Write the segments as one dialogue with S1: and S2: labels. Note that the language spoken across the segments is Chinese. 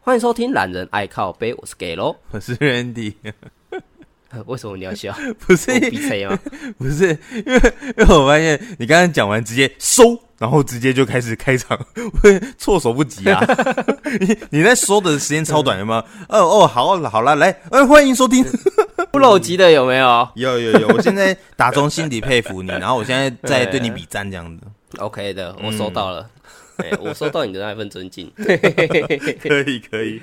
S1: 欢迎收听《懒人爱靠背》，我是 Gay 咯。
S2: 我是 Randy，
S1: 为什么你要笑？
S2: 不是
S1: 我比谁吗？
S2: 不是，因为因为我发现你刚刚讲完直接收，然后直接就开始开场， 我也措手不及啊！ 你你在收的时间超短，有没有？哦哦，好了好了，来，呃，欢迎收听。
S1: 不漏级的有没有
S2: 有有有，我现在打从心底佩服你，然后我现在在对你比赞这样子，
S1: ？OK 的，我收到了。
S2: 嗯
S1: 哎、我收到你的那份尊 敬。
S2: 可以可以。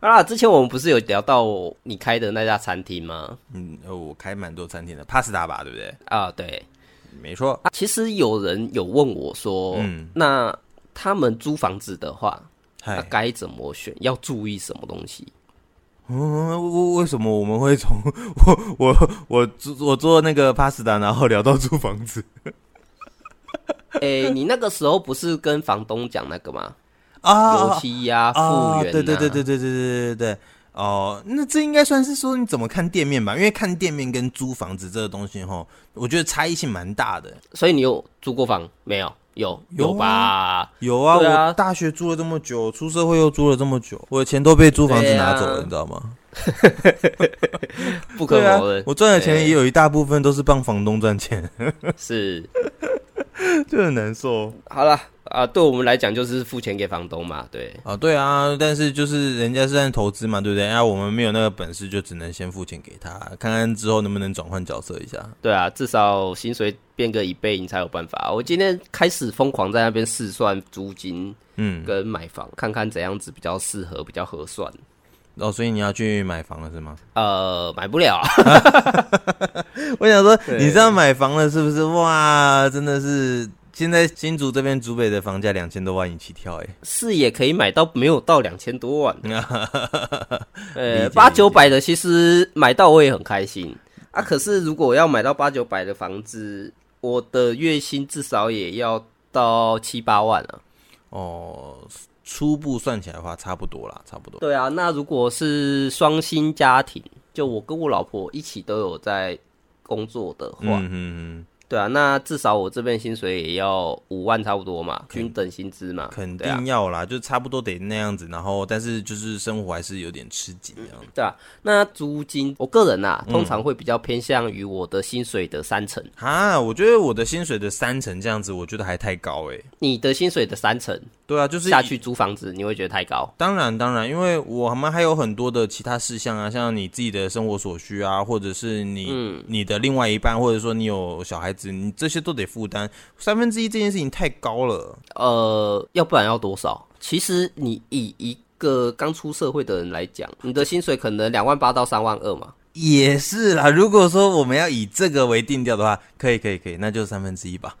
S1: 好啦，之前我们不是有聊到你开的那家餐厅吗？
S2: 嗯，呃我开蛮多餐厅的，Pasta 吧，对不对？
S1: 啊，对
S2: 没错，
S1: 啊，其实有人有问我说，
S2: 嗯哎
S1: 那他们租房子的话，那
S2: 嗨，
S1: 该怎么选？要注意什么东西？
S2: 嗯，为为什么我们会从 我我我做我做那个 Pasta，然后聊到租房子？
S1: 哎、你那个时候不是跟房东讲那个吗？油
S2: 啊
S1: 漆呀、复原、啊，
S2: 对对对对对对对对对。哦，那这应该算是说你怎么看店面吧，因为看店面跟租房子这个东西哈，我觉得差异性蛮大的。
S1: 所以你有租过房没有？有
S2: 有啊
S1: 吧？
S2: 有啊，
S1: 对啊
S2: 我大学租了这么久，出社会又租了这么久，我的钱都被租房子拿走
S1: 对啊
S2: 了，你知道吗？
S1: 不可
S2: 对啊
S1: 否认，，
S2: 我赚的钱
S1: 对
S2: 也有一大部分都是帮房东赚钱，
S1: 是
S2: 就很难受
S1: 好了啊。对我们来讲，就是付钱给房东嘛。对，
S2: 啊。对啊，但是就是人家是在投资嘛，对不对？啊，我们没有那个本事，就只能先付钱给他，看看之后能不能转换角色一下。
S1: 对啊，至少薪水变个一倍，你才有办法。我今天开始疯狂在那边试算租金
S2: 嗯，
S1: 跟买房，看看怎样子比较适合，比较合算。
S2: 哦，所以你要去买房了是吗？
S1: 呃，买不了啊，
S2: 我想说，
S1: 对
S2: 你这样买房了是不是？哇，真的是现在新竹这边竹北的房价两千多万一起跳 哎、
S1: 是也可以买到，没有到两千多万。
S2: 理
S1: 呃，
S2: 解
S1: 八九百的其实买到我也很开心啊。可是如果我要买到八九百的房子，我的月薪至少也要到七八万啊。
S2: 哦，初步算起来的话，差不多啦，差不多。
S1: 对啊，那如果是双薪家庭，就我跟我老婆一起都有在工作的话，
S2: 嗯嗯
S1: 对啊，那至少我这边薪水也要五万差不多嘛，均等薪资嘛
S2: 嗯，，肯
S1: 对啊
S2: 定要啦，就差不多得那样子。然后，但是就是生活还是有点吃紧这样子。
S1: 对啊，那租金，我个人啊，通常会比较偏向于我的薪水的三成，
S2: 啊，我觉得我的薪水的三成这样子，我觉得还太高哎、
S1: 你的薪水的三成
S2: 对啊，就是
S1: 下去租房子，你会觉得太高。
S2: 当然，当然，因为我们还有很多的其他事项啊，像你自己的生活所需啊，或者是你、你的另外一半，或者说你有小孩子，你这些都得负担。三分之一这件事情太高了，
S1: 呃，要不然要多少？其实你以一个刚出社会的人来讲，你的薪水可能两万八到三万二嘛。
S2: 也是啦。如果说我们要以这个为定调的话，可以，可以，可以，那就三分之一吧。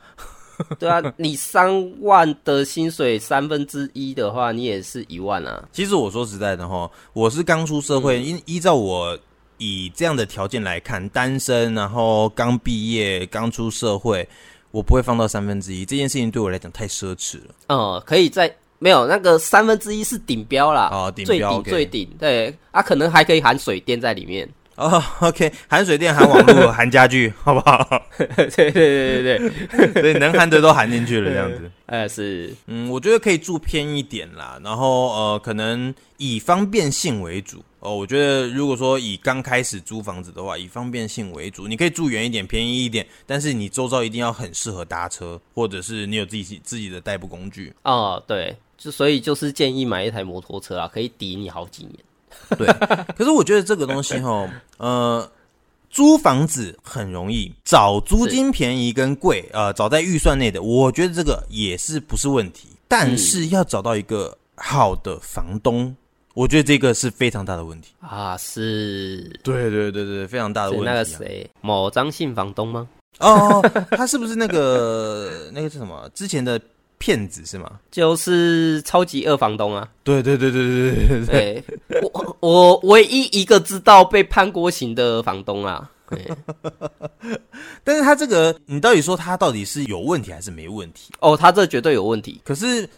S1: 对啊，你三万的薪水三分之一的话，你也是一万啊。
S2: 其实我说实在的哈，我是刚出社会，依、依照我以这样的条件来看，单身，然后刚毕业，刚出社会，我不会放到三分之一这件事情，对我来讲太奢侈了。
S1: 嗯，可以在没有那个三分之一是顶标啦，
S2: 哦顶
S1: 最
S2: 标
S1: 顶
S2: OK
S1: 最顶，对啊，可能还可以含水电在里面。
S2: 哦、o k 含水电、含网络、含家具，好不好？
S1: 对对对对对，
S2: 所以能含的都含进去了，这样子。
S1: 呃是，
S2: 嗯，我觉得可以住偏一点啦，然后呃，可能以方便性为主。哦，我觉得如果说以刚开始租房子的话，以方便性为主，你可以住远一点、便宜一点，但是你周遭一定要很适合搭车，或者是你有自己自己的代步工具。
S1: 哦对，就所以就是建议买一台摩托车啊，可以抵你好几年。
S2: 对，可是我觉得这个东西 哈，呃，租房子很容易，找租金便宜跟贵，呃，找在预算内的，我觉得这个也是不是问题。但是要找到一个好的房东，我觉得这个是非常大的问题。
S1: 啊，是
S2: 对对对对，非常大的
S1: 是
S2: 问题、啊
S1: 那个谁，某张姓房东吗？
S2: 哦，他是不是那个那个是什么之前的骗子是吗？
S1: 就是超级二房 东啊。
S2: 对对对对对对对对。
S1: 对，我我唯一一个知道被判过刑的房东啊。对
S2: 但是他这个，你到底说他到底是有问题还是没问题？
S1: 哦，他这绝对有问题。
S2: 可是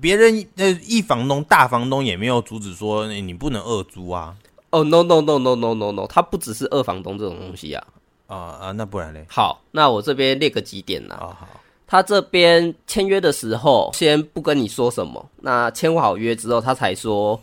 S2: 别人呃一房东大房东也没有阻止说、欸你不能二租啊
S1: 哦，no no no no no no no，他不只是二房东这种东西啊。
S2: 啊啊，那不然嘞？
S1: 好，那我这边列个几点啦、
S2: 啊好，
S1: 他这边签约的时候，先不跟你说什么，那签好约之后，他才说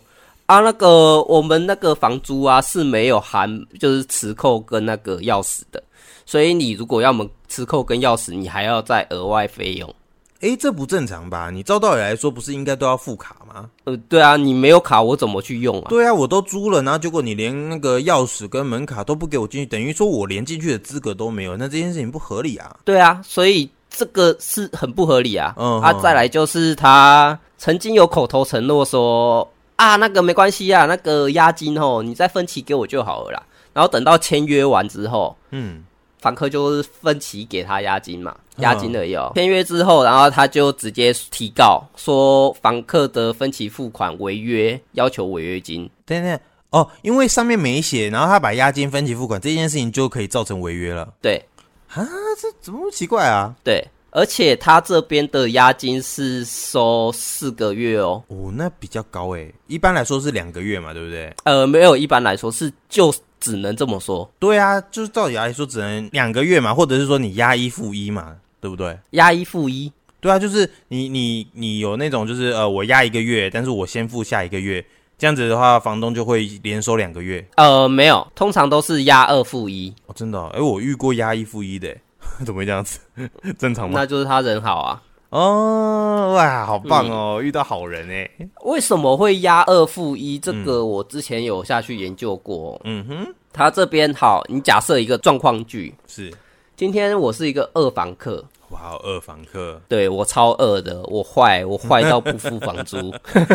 S1: 啊，那个我们那个房租啊是没有含就是磁扣跟那个钥匙的，所以你如果要我们磁扣跟钥匙，你还要再额外费用。
S2: 诶，这不正常吧？你照道理来说，不是应该都要付卡吗？
S1: 呃，对啊，你没有卡我怎么去用啊？
S2: 对啊，我都租了，然后结果你连那个钥匙跟门卡都不给我进去，等于说我连进去的资格都没有，那这件事情不合理啊！
S1: 对啊，所以这个是很不合理啊。
S2: 嗯
S1: 啊，
S2: 嗯
S1: 再来就是他曾经有口头承诺说啊，那个没关系啊，那个押金哦，你再分期给我就好了啦。然后等到签约完之后，
S2: 嗯，
S1: 房客就是分期给他押金嘛，
S2: 嗯
S1: 押金而已哦。签约之后，然后他就直接提告说房客的分期付款违约，要求违约金。
S2: 等等哦，因为上面没写，然后他把押金分期付款这件事情就可以造成违约了，
S1: 对
S2: 这怎么那么奇怪啊？
S1: 对，而且他这边的押金是收四个月哦。
S2: 哦，那比较高诶，一般来说是两个月嘛，对不对？
S1: 呃，没有，一般来说是就只能这么说，
S2: 对啊，就是照理来说只能两个月嘛，或者是说你押一付一嘛，对不对？
S1: 押一付一。
S2: 对啊，就是你你你有那种就是呃，我押一个月，但是我先付下一个月，这样子的话，房东就会连收两个月。
S1: 呃，没有，通常都是押二付一，
S2: 哦，真的、哦，哎、我遇过押一付一的 欸，怎么会这样子？ 正常吗
S1: 那？就是他人好啊。
S2: 哦，哇，好棒哦，遇到好人哎。
S1: 为什么会押二付一？这个我之前有下去研究过哦。
S2: 嗯哼，
S1: 他这边好，你假设一个状况剧，
S2: 是，
S1: 今天我是一个二房客，
S2: 哇，哦二房客，
S1: 对我超二的，我坏，我坏到不付房 租。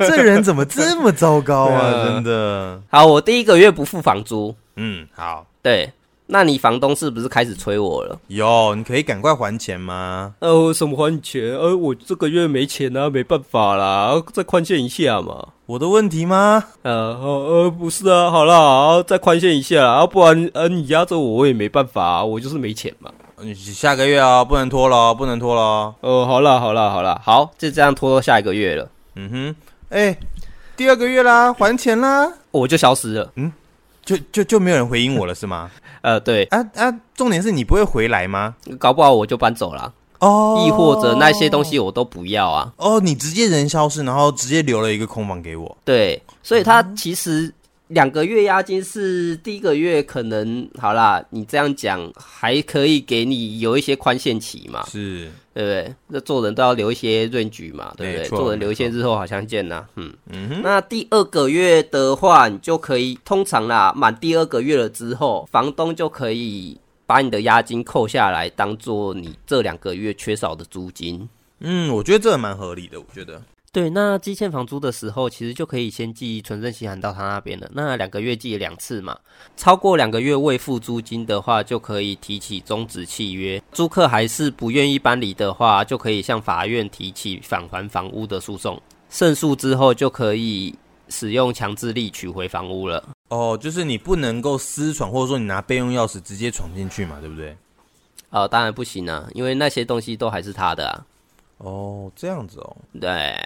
S2: 这人怎么这么糟糕啊？
S1: 嗯
S2: 真的，
S1: 好，我第一个月不付房租，
S2: 嗯，好，
S1: 对，那你房东是不是开始催我了？
S2: 有，你可以赶快还钱吗？
S1: 呃，我什么还你钱？呃，我这个月没钱啊，没办法啦，再宽限一下嘛。
S2: 我的问题吗？
S1: 呃，哦呃，不是啊，好啦，好再宽限一下啦，啊，不然呃，你压着我，我也没办法、啊，我就是没钱嘛。
S2: 呃你下个月哦，不能拖了哦，不能拖了哦。
S1: 呃，好啦，好啦，好啦，好，就这样拖到下一个月了，
S2: 嗯哼，哎、第二个月啦，还钱啦，
S1: 我就消失了。
S2: 就就就没有人回应我了是吗？
S1: 呃，对，
S2: 啊啊，重点是你不会回来吗？
S1: 搞不好我就搬走了，
S2: 哦，
S1: 亦或者那些东西我都不要啊。
S2: 哦，你直接人消失，然后直接留了一个空房给我。
S1: 对，所以他其实两个月押金是第一个月可能好啦，你这样讲还可以给你有一些宽限期嘛，
S2: 是，
S1: 对不对？那做人都要留一些润局嘛，对不
S2: 没
S1: 对？
S2: 错
S1: 做人留一些日后好相见呐、嗯嗯。那第二个月的话，你就可以通常啦，满第二个月了之后，房东就可以。把你的押金扣下来，当做你这两个月缺少的租金。
S2: 嗯，我觉得这蛮合理的，我觉得。
S1: 对，那寄欠房租的时候，其实就可以先寄存证信函到他那边了。那两个月寄两次嘛，超过两个月未付租金的话，就可以提起终止契约。租客还是不愿意搬离的话，就可以向法院提起返还房屋的诉讼。胜诉之后，就可以使用强制力取回房屋了。
S2: 哦，就是你不能够私闯，或者说你拿备用钥匙直接闯进去嘛，对不对？
S1: 呃，当然不行啊，因为那些东西都还是他的啊。
S2: 哦，这样子哦，
S1: 对，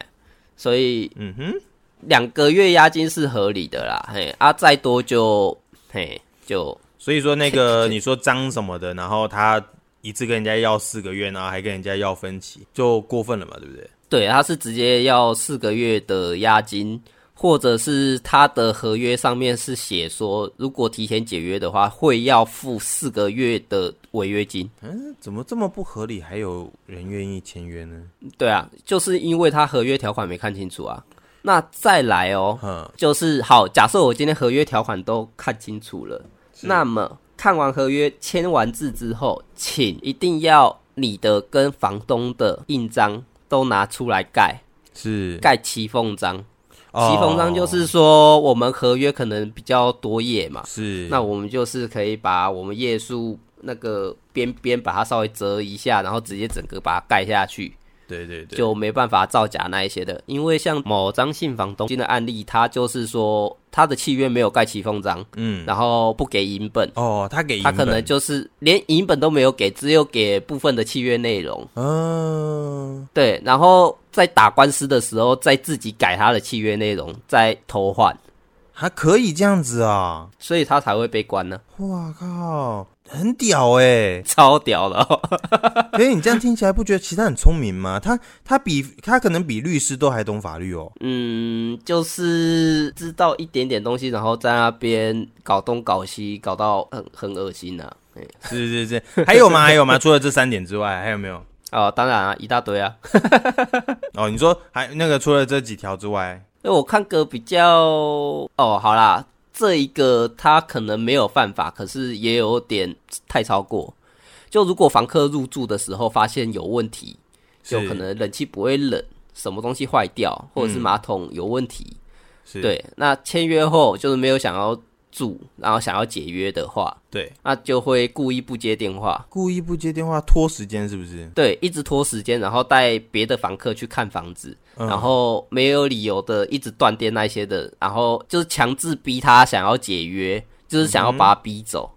S1: 所以
S2: 嗯哼，
S1: 两个月押金是合理的啦。嘿，啊，再多就嘿就。
S2: 所以说 那个你说脏什么的，然后他一次跟人家要四个月，然后还跟人家要分期，就过分了嘛，对不对？
S1: 对，他是直接要四个月的押金，或者是他的合约上面是写说，如果提前解约的话，会要付四个月的违约金。
S2: 嗯，怎么这么不合理？还有人愿意签约呢？
S1: 对啊，就是因为他合约条款没看清楚啊。那再来哦，
S2: 哼，
S1: 就是好，假设我今天合约条款都看清楚了，那么看完合约、签完字之后，请一定要你的跟房东的印章都拿出来盖，
S2: 是
S1: 盖骑缝章。
S2: 哦
S1: 骑缝章就是说，我们合约可能比较多页嘛，
S2: 是
S1: 那我们就是可以把我们页数那个边边把它稍微折一下，然后直接整个把它盖下去，
S2: 对对对，
S1: 就没办法造假那一些的。因为像某张信房东今天的案例，他就是说他的契约没有盖骑缝章，
S2: 嗯
S1: 然后不给银本，
S2: 哦，他给
S1: 他
S2: 银
S1: 可能
S2: 本
S1: 就是连银本都没有给，只有给部分的契约内容。
S2: 嗯、
S1: 对，然后在打官司的时候，再自己改他的契约内容，再偷换。
S2: 还可以这样子啊、
S1: 所以他才会被关呢。
S2: 哇靠！很屌哎、
S1: 超屌了、哦，
S2: 可是你这样听起来不觉得其他很聪明吗？他他比他可能比律师都还懂法律哦。
S1: 嗯，就是知道一点点东西，然后在那边搞东搞西，搞到很很恶心呐、啊。哎
S2: 是是是，还有吗？还有吗？除了这三点之外，还有没有？
S1: 哦，当然啊，一大堆啊。
S2: 哦，你说还那个除了这几条之外，
S1: 因为我看个比较哦，好啦，这一个他可能没有犯法，可是也有点太超过。就如果房客入住的时候发现有问题，
S2: 是
S1: 有可能冷气不会冷，什么东西坏掉，或者是马桶有问题，
S2: 是
S1: 对，那签约后就是没有想要住，然后想要解约的话，
S2: 对，
S1: 那就会故意不接电话，
S2: 故意不接电话拖时间是不是？
S1: 对，一直拖时间，然后带别的房客去看房子，然后没有理由的一直断电那些的，然后就是强制逼他想要解约，就是想要把他逼走。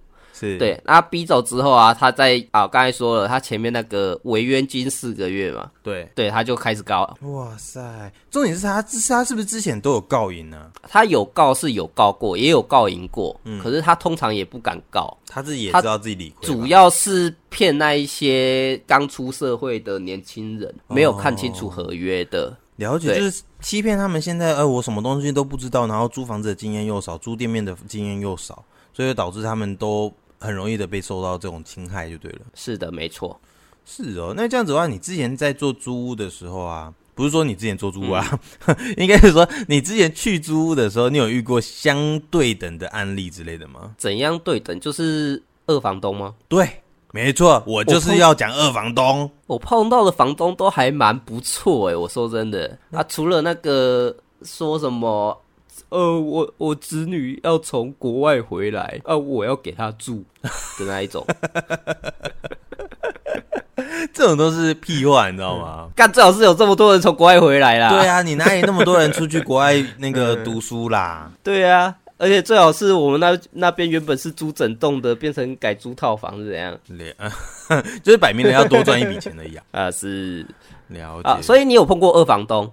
S1: 嗯
S2: 是，，
S1: 对，那逼走之后啊，他在啊，我刚才说了，他前面那个违约金四个月嘛，
S2: 对，
S1: 对，他就开始告了，
S2: 哇塞，重点是他是他是不是之前都有告赢呢、
S1: 他有告是有告过，也有告赢过，可是他通常也不敢告，
S2: 他自己也
S1: 他
S2: 知道自己理亏吧，
S1: 主要是骗那一些刚出社会的年轻人，没有看清楚合约的。
S2: 了解
S1: 对
S2: 就是欺骗他们。现在呃，我什么东西都不知道，然后租房子的经验又少，租店面的经验又少，所以导致他们都很容易的被受到这种侵害，就对了。
S1: 是的，没错。
S2: 是哦，那这样子的话，你之前在做租屋的时候啊，不是说你之前做租屋啊，
S1: 嗯
S2: 应该是说你之前去租屋的时候，你有遇过相对等的案例之类的吗？
S1: 怎样对等？就是二房东吗？
S2: 对，没错，我就是要讲二房东。
S1: 我碰到的房东都还蛮不错欸诶、我说真的，啊，除了那个说什么，呃，我我子女要从国外回来，啊，我要给他 住的那一种，
S2: 这种都是屁话，你知道吗？
S1: 干最好是有这么多人从国外回来啦，
S2: 对啊，你哪里那么多人出去国外那个
S1: 嗯
S2: 读书啦？
S1: 对啊，而且最好是我们那那边原本是租整栋的，变成改租套房是怎样？
S2: 了， 就是摆明了要多赚一笔钱而已啊。
S1: 啊，是
S2: 了解。
S1: 啊，所以你有碰过二房东？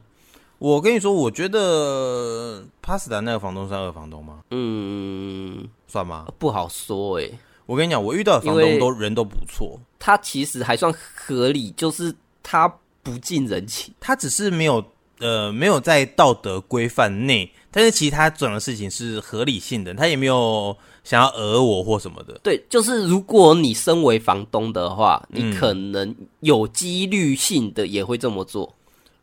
S2: 我跟你说，我觉得帕斯达那个房东算二房东吗？
S1: 嗯，
S2: 算吗？
S1: 不好说欸诶、
S2: 我跟你讲，我遇到的房
S1: 因
S2: 东
S1: 为
S2: 都人都不错，
S1: 他其实还算合理，就是他不近人情。
S2: 他只是没有呃没有在道德规范内，但是其实他整个事情是合理性的，他也没有想要讹我或什么的。
S1: 对，就是如果你身为房东的话，
S2: 嗯
S1: 你可能有几率性的也会这么做。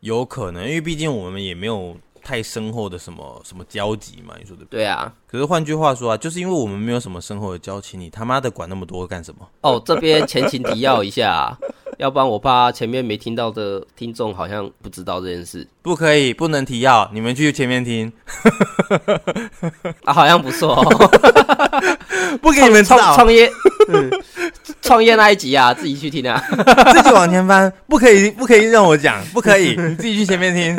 S2: 有可能，因为毕竟我们也没有太深厚的什么什么交集嘛，你说对不对？
S1: 对啊，
S2: 可是换句话说啊，就是因为我们没有什么深厚的交情，你他妈的管那么多干什么？
S1: 哦，这边前情提要一下啊、 要不然我怕前面没听到的听众好像不知道这件事
S2: 不可以，不能提要，你们去前面听，
S1: 啊，好像不错、哦。
S2: 不给你们知
S1: 创
S2: 道，
S1: 创 业，嗯，创业那一集啊，自己去听啊。
S2: 自己往前翻，不可以，不可以让我讲，不可以，你自己去前面听。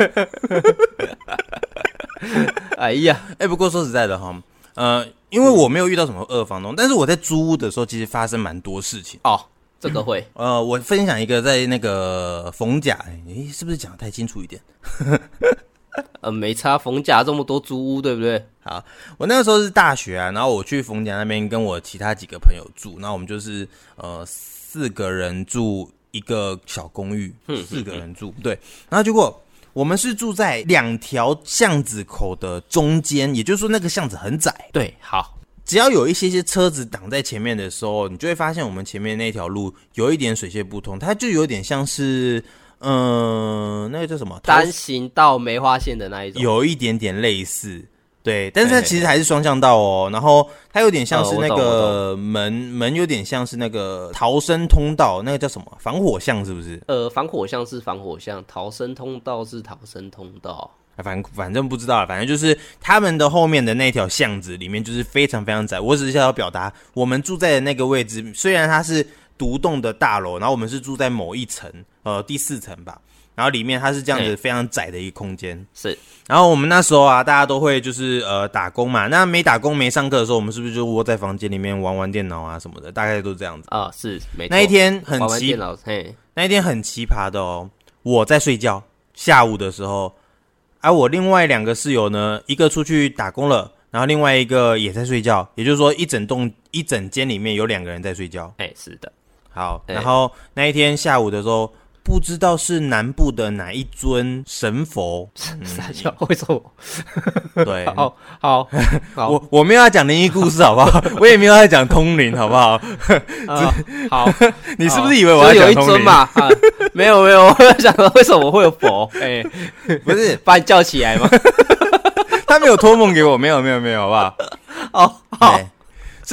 S1: 哎呀，
S2: 哎、不过说实在的哈，呃，因为我没有遇到什么二房东，但是我在租屋的时候，其实发生蛮多事情。
S1: 哦，这个会，
S2: 呃，我分享一个在那个逢甲，哎、是不是讲的太清楚一点？
S1: 呃，没差，冯甲这么多租屋，对不对？
S2: 好，我那个时候是大学啊，然后我去逢甲那边跟我其他几个朋友住，那我们就是呃四个人住一个小公寓，四个人住对，然后结果我们是住在两条巷子口的中间，也就是说那个巷子很窄，
S1: 对，好，
S2: 只要有一些些车子挡在前面的时候，你就会发现我们前面那条路有一点水泄不通，它就有点像是嗯、呃那个叫什么桃
S1: 单行道梅花线的那一种。
S2: 有一点点类似，对，但是它
S1: 嘿嘿
S2: 其实还是双向道哦。然后它有点像是
S1: 哦我
S2: 那
S1: 懂
S2: 个门门，有点像是那个逃生通道，那个叫什么防火巷是不是？
S1: 呃，防火巷是防火巷，逃生通道是逃生通道。
S2: 啊反反正不知道了，反正就是他们的后面的那条巷子里面就是非常非常窄。我只是想要表达，我们住在的那个位置，虽然它是独栋的大楼，然后我们是住在某一层，呃，第四层吧。然后里面它是这样子
S1: 嘿
S2: 非常窄的一个空间，
S1: 是
S2: 然后我们那时候啊，大家都会就是呃打工嘛。那没打工没上课的时候，我们是不是就窝在房间里面玩玩电脑啊什么的？大概都这样子。
S1: 啊、是没错。
S2: 那一天很
S1: 玩玩
S2: 奇
S1: 电，脑，嘿，
S2: 那一天很奇葩的哦。我在睡啊觉，下午的时候，而、我另外两个室友呢，一个出去打工了，然后另外一个也在睡觉，也就是说一整栋一整间里面有两个人在睡觉。
S1: 哎、是的，
S2: 好，
S1: 对
S2: 然后那一天下午的时候，不知道是南部的哪一尊神 佛，
S1: 傻笑，嗯为什么？
S2: 对，
S1: 好好好，
S2: 我我没有要讲灵异故事，好 不好？我也没有要讲通灵，好不好？
S1: 呃好，
S2: 你是不
S1: 好
S2: 是以为我要
S1: 就有
S2: 讲
S1: 一
S2: 通
S1: 尊
S2: 灵？
S1: 吧？啊，没有没有， 我在想说为什么会有佛？ 哎、
S2: 不是，
S1: 把你叫起来嘛。
S2: 他没有托梦给我，没有没有没有，好不好？
S1: 哦，好，
S2: 对，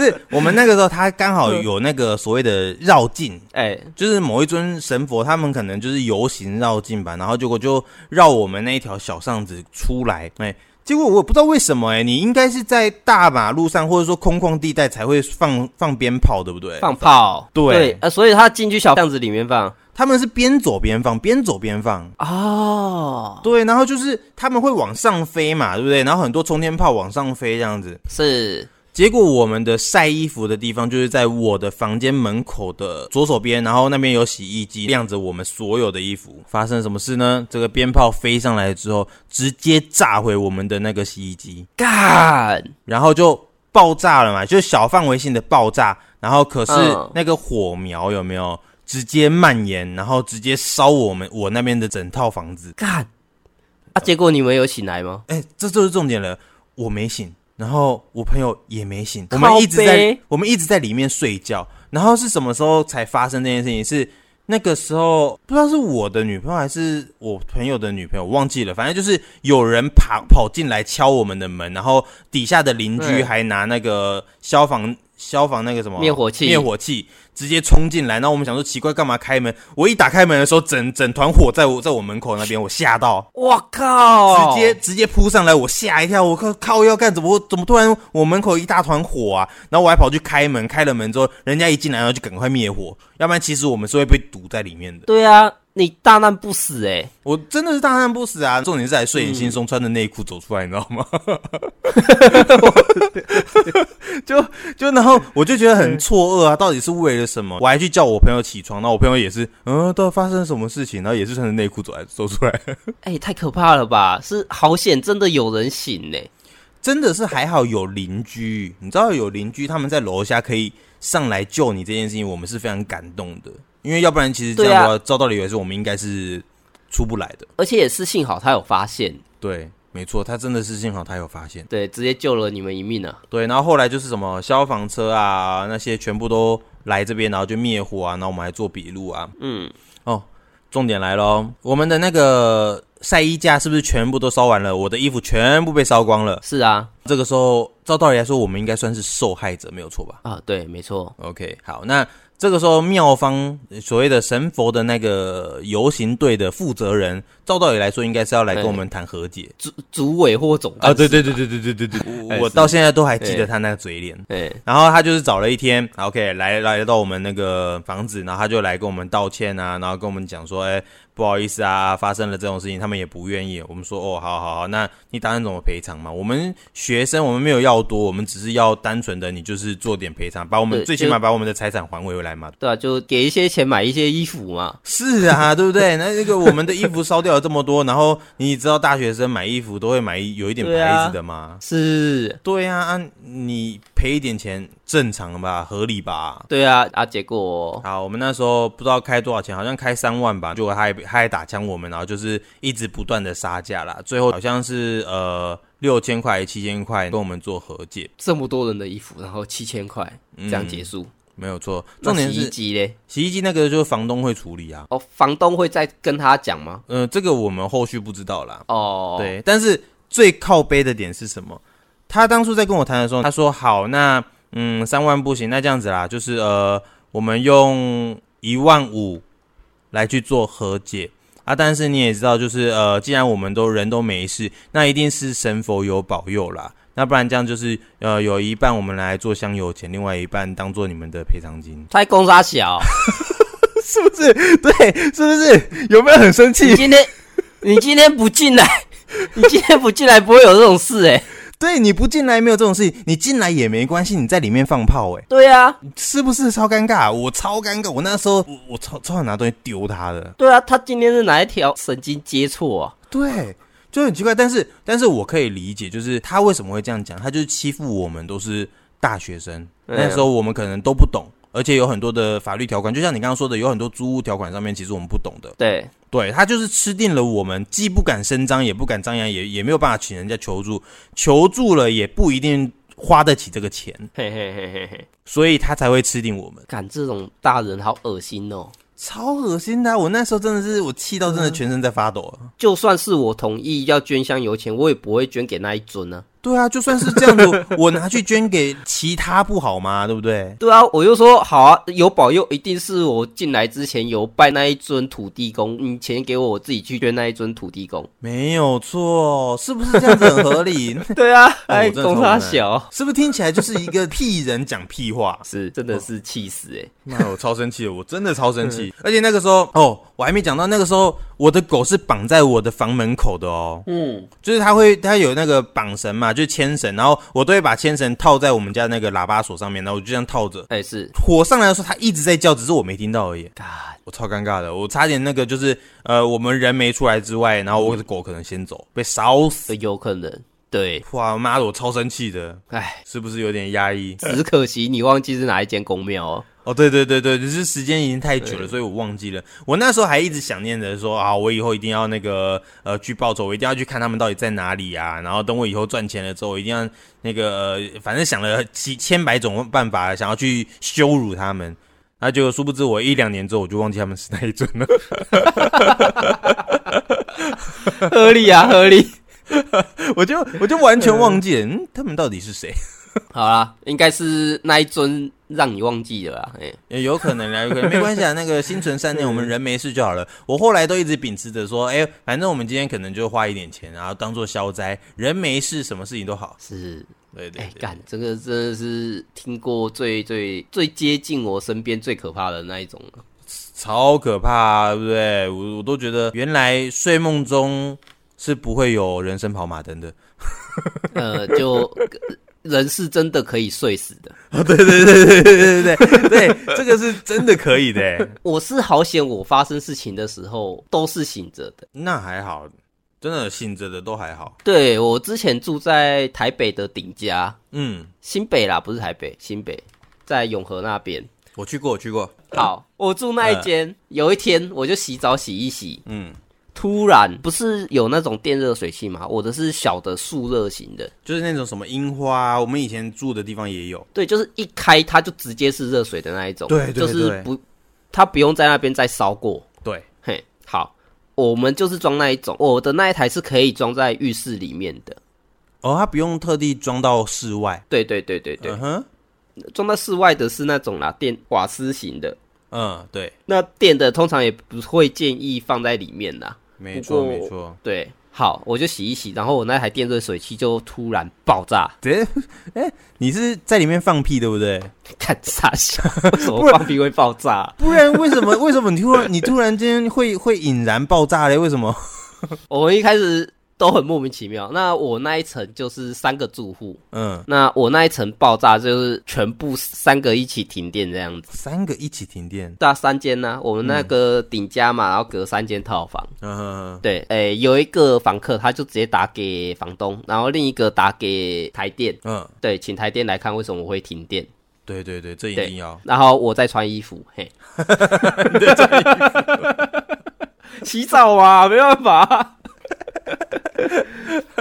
S2: 是我们那个时候他刚好有那个所谓的绕境，
S1: 哎、
S2: 就是某一尊神佛，他们可能就是游行绕境吧，然后结果就绕我们那一条小巷子出来，哎、结果我不知道为什么、哎，你应该是在大马路上或者说空旷地带才会放放鞭炮，对不对？
S1: 放炮，
S2: 对
S1: 呃，所以他进去小巷子里面放
S2: 他们是边走边放，边走边放。
S1: 哦，
S2: 对，然后就是他们会往上飞嘛，对不对？然后很多冲天炮往上飞这样子。
S1: 是
S2: 结果我们的晒衣服的地方就是在我的房间门口的左手边，然后那边有洗衣机晾着我们所有的衣服。发生什么事呢？这个鞭炮飞上来之后，直接炸毁我们的那个洗衣机，
S1: 干，
S2: 然后就爆炸了嘛，就是小范围性的爆炸。然后可是
S1: 嗯
S2: 那个火苗有没有直接蔓延，然后直接烧我们我那边的整套房子？
S1: 干啊！结果你们有醒来吗？
S2: 哎、这就是重点了。我没醒，然后我朋友也没醒，
S1: 靠
S2: 我们一直在
S1: 背
S2: 我们一直在里面睡觉。然后是什么时候才发生这件事情？是那个时候不知道是我的女朋友还是我朋友的女朋友，我忘记了。反正就是有人爬跑进来敲我们的门，然后底下的邻居
S1: 对
S2: 还拿那个消防消防那个什么
S1: 灭火器
S2: 灭火器直接冲进来。然后我们想说奇怪，干嘛开门？我一打开门的时候，整整团火在我在我门口那边，我吓到。
S1: 我靠！
S2: 直接直接扑上来，我吓一跳，我靠靠要干怎么怎么突然我门口一大团火啊！然后我还跑去开门，开了门之后，人家一进来然后就赶快灭火，要不然其实我们是会被堵在里面的。
S1: 对啊，你大难不死哎、
S2: 我真的是大难不死啊！重点是还睡眼惺忪，穿着内裤走出来，你知道吗？ 就就然后我就觉得很错愕啊，到底是为了什么？我还去叫我朋友起床，然后我朋友也是，嗯，到底发生什么事情？然后也是穿着内裤走来走出来。
S1: 哎、太可怕了吧！是好险，真的有人醒欸呢、
S2: 真的是还好有邻居，你知道有邻居他们在楼下可以上来救你这件事情，我们是非常感动的，因为要不然其实这样的话，照道理来说，我们应该是出不来的。
S1: 而且也是幸好他有发现，
S2: 对，没错，他真的是幸好他有发现。
S1: 对，直接救了你们一命啊！
S2: 对，然后后来就是什么消防车啊那些全部都来这边，然后就灭火啊，然后我们还做笔录啊。
S1: 嗯，
S2: 哦，重点来喽，我们的那个晒衣架是不是全部都烧完了？我的衣服全部被烧光了。
S1: 是啊，
S2: 这个时候，照道理来说，我们应该算是受害者，没有错吧？
S1: 啊，对，没错，
S2: OK，好，那这个时候妙方呃所谓的神佛的那个游行队的负责人，照道理来说应该是要来跟我们谈和解
S1: 组组委或总干
S2: 啊，
S1: 事
S2: 对对对对对对对对，
S1: 哎
S2: 我我
S1: 是
S2: 到现在都还记得他那个嘴脸。
S1: 哎、
S2: 然后他就是找了一天，OK，来来到我们那个房子，然后他就来跟我们道歉啊，然后跟我们讲说，哎，不好意思啊，发生了这种事情，他们也不愿意。我们说，哦，好好好，那你打算怎么赔偿嘛？我们学生，我们没有要多，我们只是要单纯的，你就是做点赔偿，把我们
S1: 对
S2: 最起码把我们的财产还回来嘛。
S1: 对啊，就给一些钱买一些衣服嘛，
S2: 是啊，对不对？那那个我们的衣服烧掉了这么多，然后你知道大学生买衣服都会买有一点
S1: 对啊
S2: 牌子的吗？
S1: 是，
S2: 对呀、啊，你赔一点钱正常吧，合理吧？
S1: 对啊，啊，结果
S2: 好，我们那时候不知道开多少钱，好像开三万吧，结果他还他还打枪我们，然后就是一直不断的杀价啦，最后好像是呃六千块七千块跟我们做和解，
S1: 这么多人的衣服，然后七千块这样结束，
S2: 没有错。
S1: 那
S2: 嗯重点
S1: 洗衣
S2: 是
S1: 机嘞，
S2: 洗衣机那个就是房东会处理啊，
S1: 哦，房东会再跟他讲吗？
S2: 呃，这个我们后续不知道啦。
S1: 哦，，
S2: 对，但是最靠背的点是什么？他当初在跟我谈的时候，他说好，那嗯，三万不行，那这样子啦，就是呃，我们用一万五来去做和解啊。但是你也知道，就是呃，既然我们都人都没事，那一定是神佛有保佑啦。那不然这样就是呃，有一半我们来做香油钱，另外一半当做你们的赔偿金，
S1: 他在公杀小，
S2: 是不是？对， 是不是？有没有很生
S1: 你？今天你今天不进来，你今天不进来不会有这种事哎、
S2: 对，你不进来没有这种事情，你进来也没关系，你在里面放炮、欸，
S1: 对啊，
S2: 是不是超尴尬？我超尴尬，我那时候我我超超想拿东西丢他的。
S1: 对啊，他今天是哪一条神经接错啊？
S2: 对，就很奇怪。但是，但是我可以理解，就是他为什么会这样讲，他就是欺负我们都是大学生，
S1: 嗯
S2: 那时候我们可能都不懂，而且有很多的法律条款，就像你刚刚说的，有很多租屋条款上面其实我们不懂的。
S1: 对，
S2: 对他就是吃定了我们，既不敢声张，也不敢张扬，也也没有办法请人家求助，求助了也不一定花得起这个钱，
S1: 嘿嘿嘿嘿嘿，
S2: 所以他才会吃定我们，
S1: 干这种大人好恶心哦。
S2: 超恶心的啊、我那时候真的是我气到真的全身在发抖啊。
S1: 就算是我同意要捐香油钱，我也不会捐给那一尊呢、
S2: 对啊，就算是这样子， 我拿去捐给其他不好吗？对不对？
S1: 对啊，我就说好啊，有保佑，一定是我进来之前有拜那一尊土地公，你钱给我，我自己去捐那一尊土地 公。
S2: 没有错，是不是这样子很合理？
S1: 对啊，
S2: 哎
S1: 哎，
S2: 我真的超
S1: 公
S2: 无
S1: 差
S2: 奈
S1: 小，
S2: 是不是听起来就是一个屁人讲屁话？
S1: 是真
S2: 哦
S1: 的是气死哎、
S2: 那我超生气的，我真的超生气。而且那个时候，哦，我还没讲到那个时候，我的狗是绑在我的房门口的哦，
S1: 嗯，
S2: 就是它会它有那个绑绳嘛，就是牵绳，然后我都会把牵绳套在我们家那个喇叭锁上面，然后我就这样套着。
S1: 哎、是，
S2: 火上来的时候，它一直在叫，只是我没听到而已。
S1: 干
S2: 我超尴尬的，我差点那个就是呃，我们人没出来之外，然后我的狗可能先走，被烧死。
S1: 有可能，对，
S2: 哇妈的，我超生气的，
S1: 哎，
S2: 是不是有点压抑？
S1: 只可惜你忘记是哪一间公庙 哦。
S2: 哦，对对对对，只是时间已经太久了，所以我忘记了。我那时候还一直想念着说啊，我以后一定要那个呃去报仇，我一定要去看他们到底在哪里啊。然后等我以后赚钱了之后，我一定要那个、呃反正想了几千百种办法，想要去羞辱他们。那结果殊不知，我一两年之后我就忘记他们是哪一尊了。
S1: 合理啊，合理。
S2: 我就我就完全忘记了，嗯，他们到底是谁？
S1: 好啦，应该是那一尊让你忘记了啦。哎、
S2: 也有可能啦，有可能没关系啊。那个心存善念，我们人没事就好了。我后来都一直秉持着说，哎、反正我们今天可能就花一点钱，然后当做消灾，人没事，什么事情都好。
S1: 是，
S2: 对对
S1: 哎、
S2: 对，
S1: 干，这个真的是听过最最最接近我身边最可怕的那一种了。
S2: 超可怕、啊，对不对？我我都觉得原来睡梦中是不会有人生跑马灯的。
S1: 呃，就呃人是真的可以睡死的。
S2: 哦，对对对对对对对对，这个是真的可以的、
S1: 我是好险，我发生事情的时候都是醒着的。
S2: 那还好，真的醒着的都还好。
S1: 对我之前住在台北的顶家，
S2: 嗯，
S1: 新北啦，不是台北，新北在永和那边。
S2: 我去过，我去过。
S1: 好，我住那一间。有一天，我就洗澡洗一洗，
S2: 嗯，
S1: 突然不是有那种电热水器吗？我的是小的速热型的，
S2: 就是那种什么樱花啊，我们以前住的地方也有。
S1: 对，就是一开它就直接是热水的那一种，
S2: 对对
S1: 就是
S2: 对
S1: 不，它不用在那边再烧过。
S2: 对，
S1: 嘿，好，我们就是装那一种，我的那一台是可以装在浴室里面的。
S2: 哦，它不用特地装到室外。
S1: 对对对对对
S2: 嗯，哼，
S1: 装、到室外的是那种啦，电瓦斯型的。
S2: 嗯，对，
S1: 那电的通常也不会建议放在里面啦。
S2: 没
S1: 不
S2: 错
S1: 过
S2: 没错。
S1: 对，好，我就洗一洗，然后我那台电热水器就突然爆炸，
S2: 对， 哎，你是在里面放屁对不对？
S1: 看傻笑，为什么放屁会爆炸、
S2: 不然为什么为什么你突然你突然间会会引燃爆炸嘞？为什么？
S1: 我们一开始都很莫名其妙。那我那一层就是三个住户，
S2: 嗯，
S1: 那我那一层爆炸就是全部三个一起停电这样子。
S2: 三个一起停电。
S1: 大三间呢、我们那个顶家嘛，然后隔三间套房。
S2: 嗯哼，
S1: 对，诶、有一个房客他就直接打给房东，然后另一个打给台电，
S2: 哼嗯，
S1: 对，请台电来看为什么我会停电。
S2: 对对对，这一
S1: 对
S2: 定要。
S1: 然后我再穿衣服，嘿，洗澡啊，没办法啊。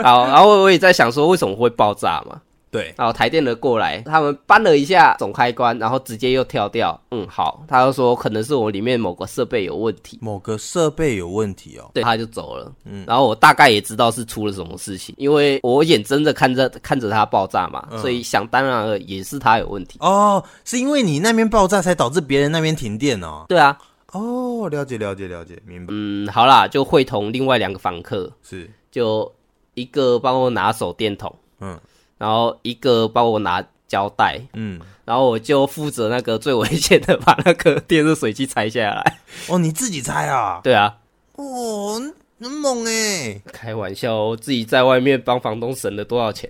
S1: 好，然后我也在想说为什么会爆炸嘛，
S2: 对，
S1: 然后台电的过来，他们搬了一下总开关，然后直接又跳掉。嗯，好，他就说可能是我里面某个设备有问题，
S2: 某个设备有问题哦。
S1: 对，他就走了。嗯，然后我大概也知道是出了什么事情，因为我眼睁着看着看着它爆炸嘛，所以想当然了也是它有问题。
S2: 哦，是因为你那边爆炸才导致别人那边停电哦。
S1: 对啊，
S2: 哦，了解了解了解，明白。
S1: 嗯，好啦，就会同另外两个房客，
S2: 是，
S1: 就一个帮我拿手电筒，
S2: 嗯
S1: 然后一个帮我拿胶带，
S2: 嗯。
S1: 然后我就负责那个最危险的，把那个电热水器拆下来。
S2: 哦，你自己猜啊？
S1: 对啊，
S2: 哦，很猛哎！
S1: 开玩笑哦，自己在外面帮房东省了多少钱？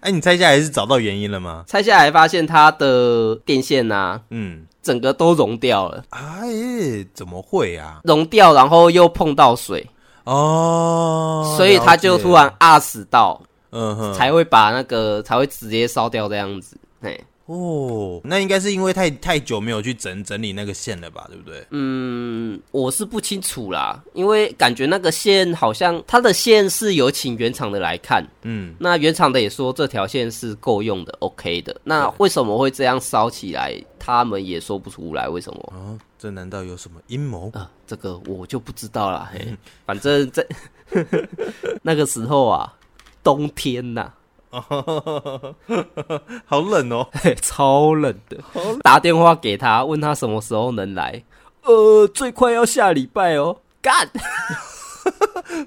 S2: 哎，你猜下来是找到原因了吗？
S1: 拆下来发现它的电线啊，
S2: 嗯，
S1: 整个都融掉了，
S2: 哎，怎么会啊？
S1: 融掉，然后又碰到水，
S2: 哦，
S1: 所以他就突然
S2: 了解，
S1: 啊死到，
S2: 嗯哼，
S1: 才会把那个才会直接烧掉这样子。嘿，
S2: 哦，那应该是因为太太久没有去整整理那个线了吧，对不对？
S1: 嗯，我是不清楚啦，因为感觉那个线好像它的线是有请原厂的来看，
S2: 嗯，
S1: 那原厂的也说这条线是够用的，OK 的。那为什么会这样烧起来？他们也说不出来为什么。
S2: 哦，这难道有什么阴谋？
S1: 啊，这个我就不知道了。嘿，反正在那个时候啊，冬天呐、
S2: 好冷哦，
S1: 嘿超冷的。打电话给他，问他什么时候能来。呃，最快要下礼拜哦。干，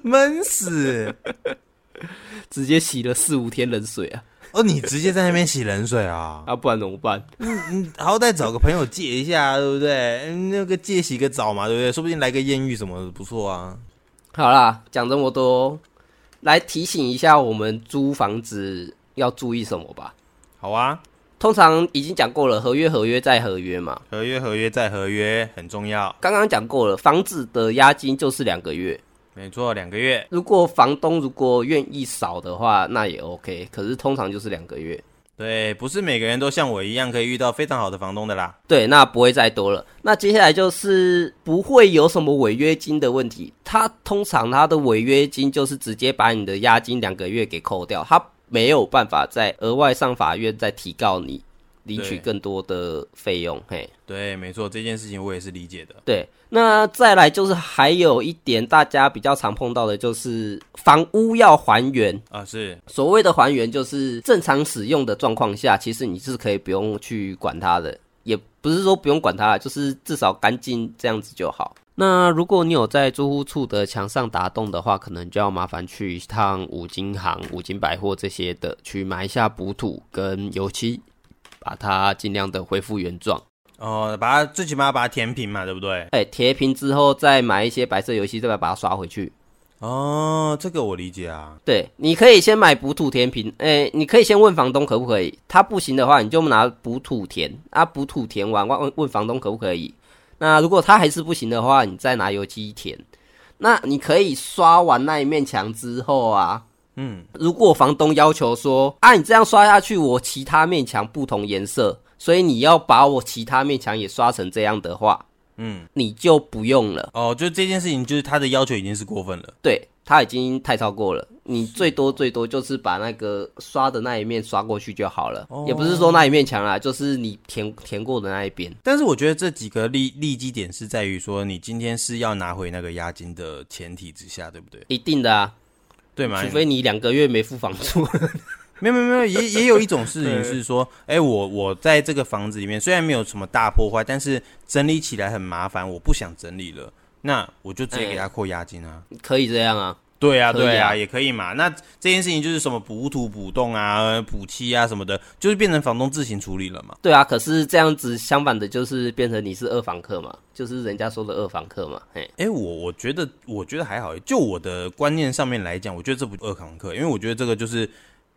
S2: 闷死！
S1: 直接洗了四五天冷水啊！
S2: 哦，你直接在那边洗冷水啊？
S1: 啊，不然怎么办？
S2: 嗯，好歹找个朋友借一下，对不对？嗯那个借洗个澡嘛，对不对？说不定来个艳遇什么的不错啊。
S1: 好啦，讲这么多，来提醒一下我们租房子要注意什么吧。
S2: 好啊，
S1: 通常已经讲过了，合约合约再合约嘛。
S2: 合约合约再合约很重要，
S1: 刚刚讲过了，房子的押金就是两个月。
S2: 没错，两个月。
S1: 如果房东如果愿意少的话，那也 OK。可是通常就是两个月，
S2: 对，不是每个人都像我一样可以遇到非常好的房东的啦。
S1: 对，那不会再多了。那接下来就是不会有什么违约金的问题。他通常他的违约金就是直接把你的押金两个月给扣掉，他没有办法再额外上法院再提告你，领取
S2: 对
S1: 更多的费用。嘿，
S2: 对，没错，这件事情我也是理解的。
S1: 对。那再来就是还有一点大家比较常碰到的就是房屋要还原。
S2: 啊，是
S1: 所谓的还原，就是正常使用的状况下，其实你是可以不用去管它的，也不是说不用管它，就是至少干净这样子就好。那如果你有在租屋处的墙上打洞的话，可能就要麻烦去一趟五金行、五金百货这些的，去买一下补土跟油漆，把它尽量的恢复原状。
S2: 哦，把它最起码把它填平嘛，对不对？
S1: 哎、贴平之后再买一些白色油漆，再把它刷回去。
S2: 哦，这个我理解啊。
S1: 对，你可以先买补土填平，诶、你可以先问房东可不可以，他不行的话，你就拿补土填，啊，补土填完问问房东可不可以。那如果他还是不行的话，你再拿油漆填。那你可以刷完那一面墙之后啊，
S2: 嗯，
S1: 如果房东要求说，啊，你这样刷下去，我其他面墙不同颜色，所以你要把我其他面墙也刷成这样的话，
S2: 嗯，
S1: 你就不用了。
S2: 哦，就这件事情，就是他的要求已经是过分了。
S1: 对，他已经太超过了。你最多最多就是把那个刷的那一面刷过去就好了，也不是说那一面墙啦，就是你填填过的那一边。
S2: 但是我觉得这几个利利基点是在于说，你今天是要拿回那个押金的前提之下，对不对？
S1: 一定的啊，
S2: 对吗？
S1: 除非你两个月没付房租。
S2: 没有没有没有，也也有一种事情是说，哎、我我在这个房子里面虽然没有什么大破坏，但是整理起来很麻烦，我不想整理了，那我就直接给他扣押金啊。
S1: 可以这样啊，
S2: 对啊，
S1: 可以啊
S2: 对啊，也可以嘛。那这件事情就是什么补土、补洞啊、呃补漆啊什么的，就是变成房东自行处理了嘛。
S1: 对啊。可是这样子相反的就是变成你是二房客嘛，就是人家说的二房客嘛，嘿。
S2: 哎、我我觉得，我觉得还好。就我的观念上面来讲，我觉得这不二堂课，因为我觉得这个就是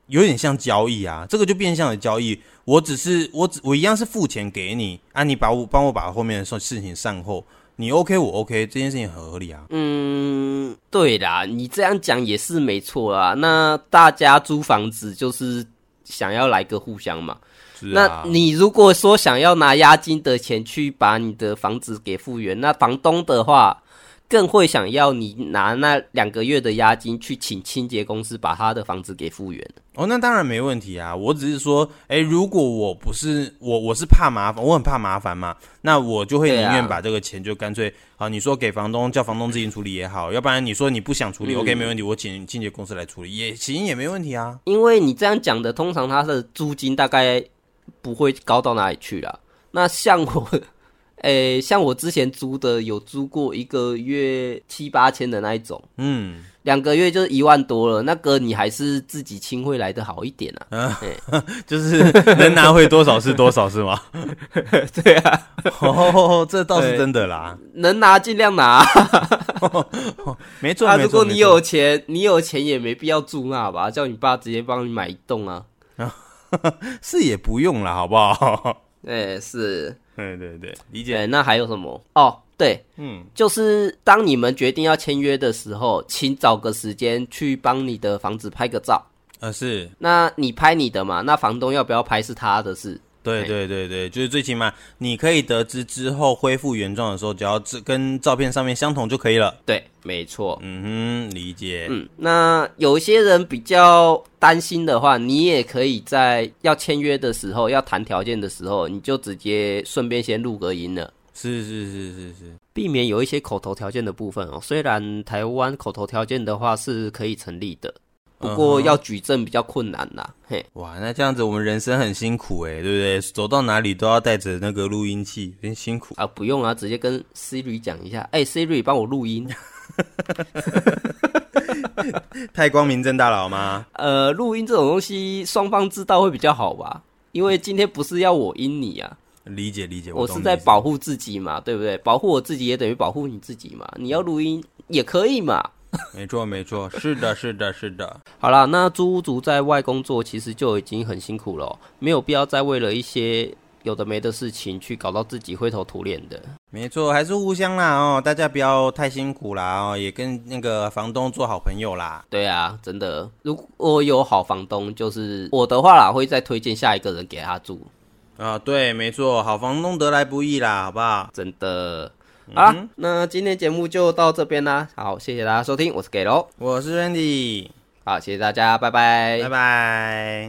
S2: 有点像交易啊，这个就变相的交易。我只是我只我一样是付钱给你啊，你把我帮我把后面的事事情善后，你 OK 我 OK，这件事情很合理啊。
S1: 嗯，对啦，你这样讲也是没错啦。那大家租房子就是想要来个互相嘛，
S2: 是
S1: 那
S2: 啊，
S1: 你如果说想要拿押金的钱去把你的房子给复原，那房东的话更会想要你拿那两个月的押金去请清洁公司把他的房子给复原。
S2: 哦，那当然没问题啊。我只是说，哎、如果我不是我，我是怕麻烦，我很怕麻烦嘛，那我就会宁
S1: 对啊
S2: 愿把这个钱就干脆啊，你说给房东叫房东自行处理也好，要不然你说你不想处理、
S1: 嗯
S2: o k 没问题，我请清洁公司来处理也行，也没问题啊。
S1: 因为你这样讲的，通常他的租金大概不会高到哪里去啦。那像我，诶、像我之前租的有租过一个月七八千的那一种，
S2: 嗯，
S1: 两个月就一万多了，那个你还是自己清会来的好一点啊。
S2: 就是能拿回多少是多少是吗？
S1: 对啊，
S2: 哦，这倒是真的啦，
S1: 能拿尽量拿啊、
S2: 没错。
S1: 啊，
S2: 没
S1: 如
S2: 错
S1: 果你
S2: 没错
S1: 有钱，你有钱也没必要住那吧，叫你爸直接帮你买一栋啊。
S2: 是也不用啦，好不好？
S1: 哎、是。
S2: 对对对，理
S1: 对，
S2: 解。
S1: 那还有什么？哦，对，
S2: 嗯，
S1: 就是当你们决定要签约的时候，请找个时间去帮你的房子拍个照。
S2: 呃，是
S1: 那你拍你的嘛，那房东要不要拍是他的事。
S2: 对
S1: 哎
S2: 对对对，就是最起码你可以得知之后恢复原状的时候，只要这跟照片上面相同就可以了。
S1: 对，没错。
S2: 嗯哼，理解。
S1: 嗯，那有些人比较担心的话，你也可以在要签约的时候，要谈条件的时候，你就直接顺便先录个音了。
S2: 是是是是是，
S1: 避免有一些口头条件的部分哦。虽然台湾口头条件的话是可以成立的，不过
S2: 嗯哼
S1: 要举证比较困难啦。嘿，
S2: 哇，那这样子我们人生很辛苦诶、对不对？走到哪里都要带着那个录音器，有点辛苦。
S1: 啊，不用啊，直接跟 Siri 讲一下，哎、s i r i 帮我录音。
S2: 太光明正大了好吗？
S1: 呃，录音这种东西双方知道会比较好吧，因为今天不是要我阴你啊，
S2: 理解理解，
S1: 我
S2: 懂
S1: 是
S2: 你
S1: 在
S2: 意思
S1: 保护自己嘛，对不对？保护我自己也等于保护你自己嘛，你要录音也可以嘛。
S2: 没错没错，是的是的是的，
S1: 好啦，那租屋族在外工作其实就已经很辛苦了哦、没有必要再为了一些有的没的事情去搞到自己灰头土脸的。
S2: 没错，还是互相啦哦，大家不要太辛苦啦哦，也跟那个房东做好朋友啦。
S1: 对啊，真的，如果有好房东，就是我的话啦，会再推荐下一个人给他住，
S2: 啊，对，没错，好房东得来不易啦，好不好？
S1: 真的。好啦，那今天节目就到这边啦。好，谢谢大家收听，我是给喽。
S2: 我是 Randy，
S1: 哎好，谢谢大家，拜拜
S2: 拜拜。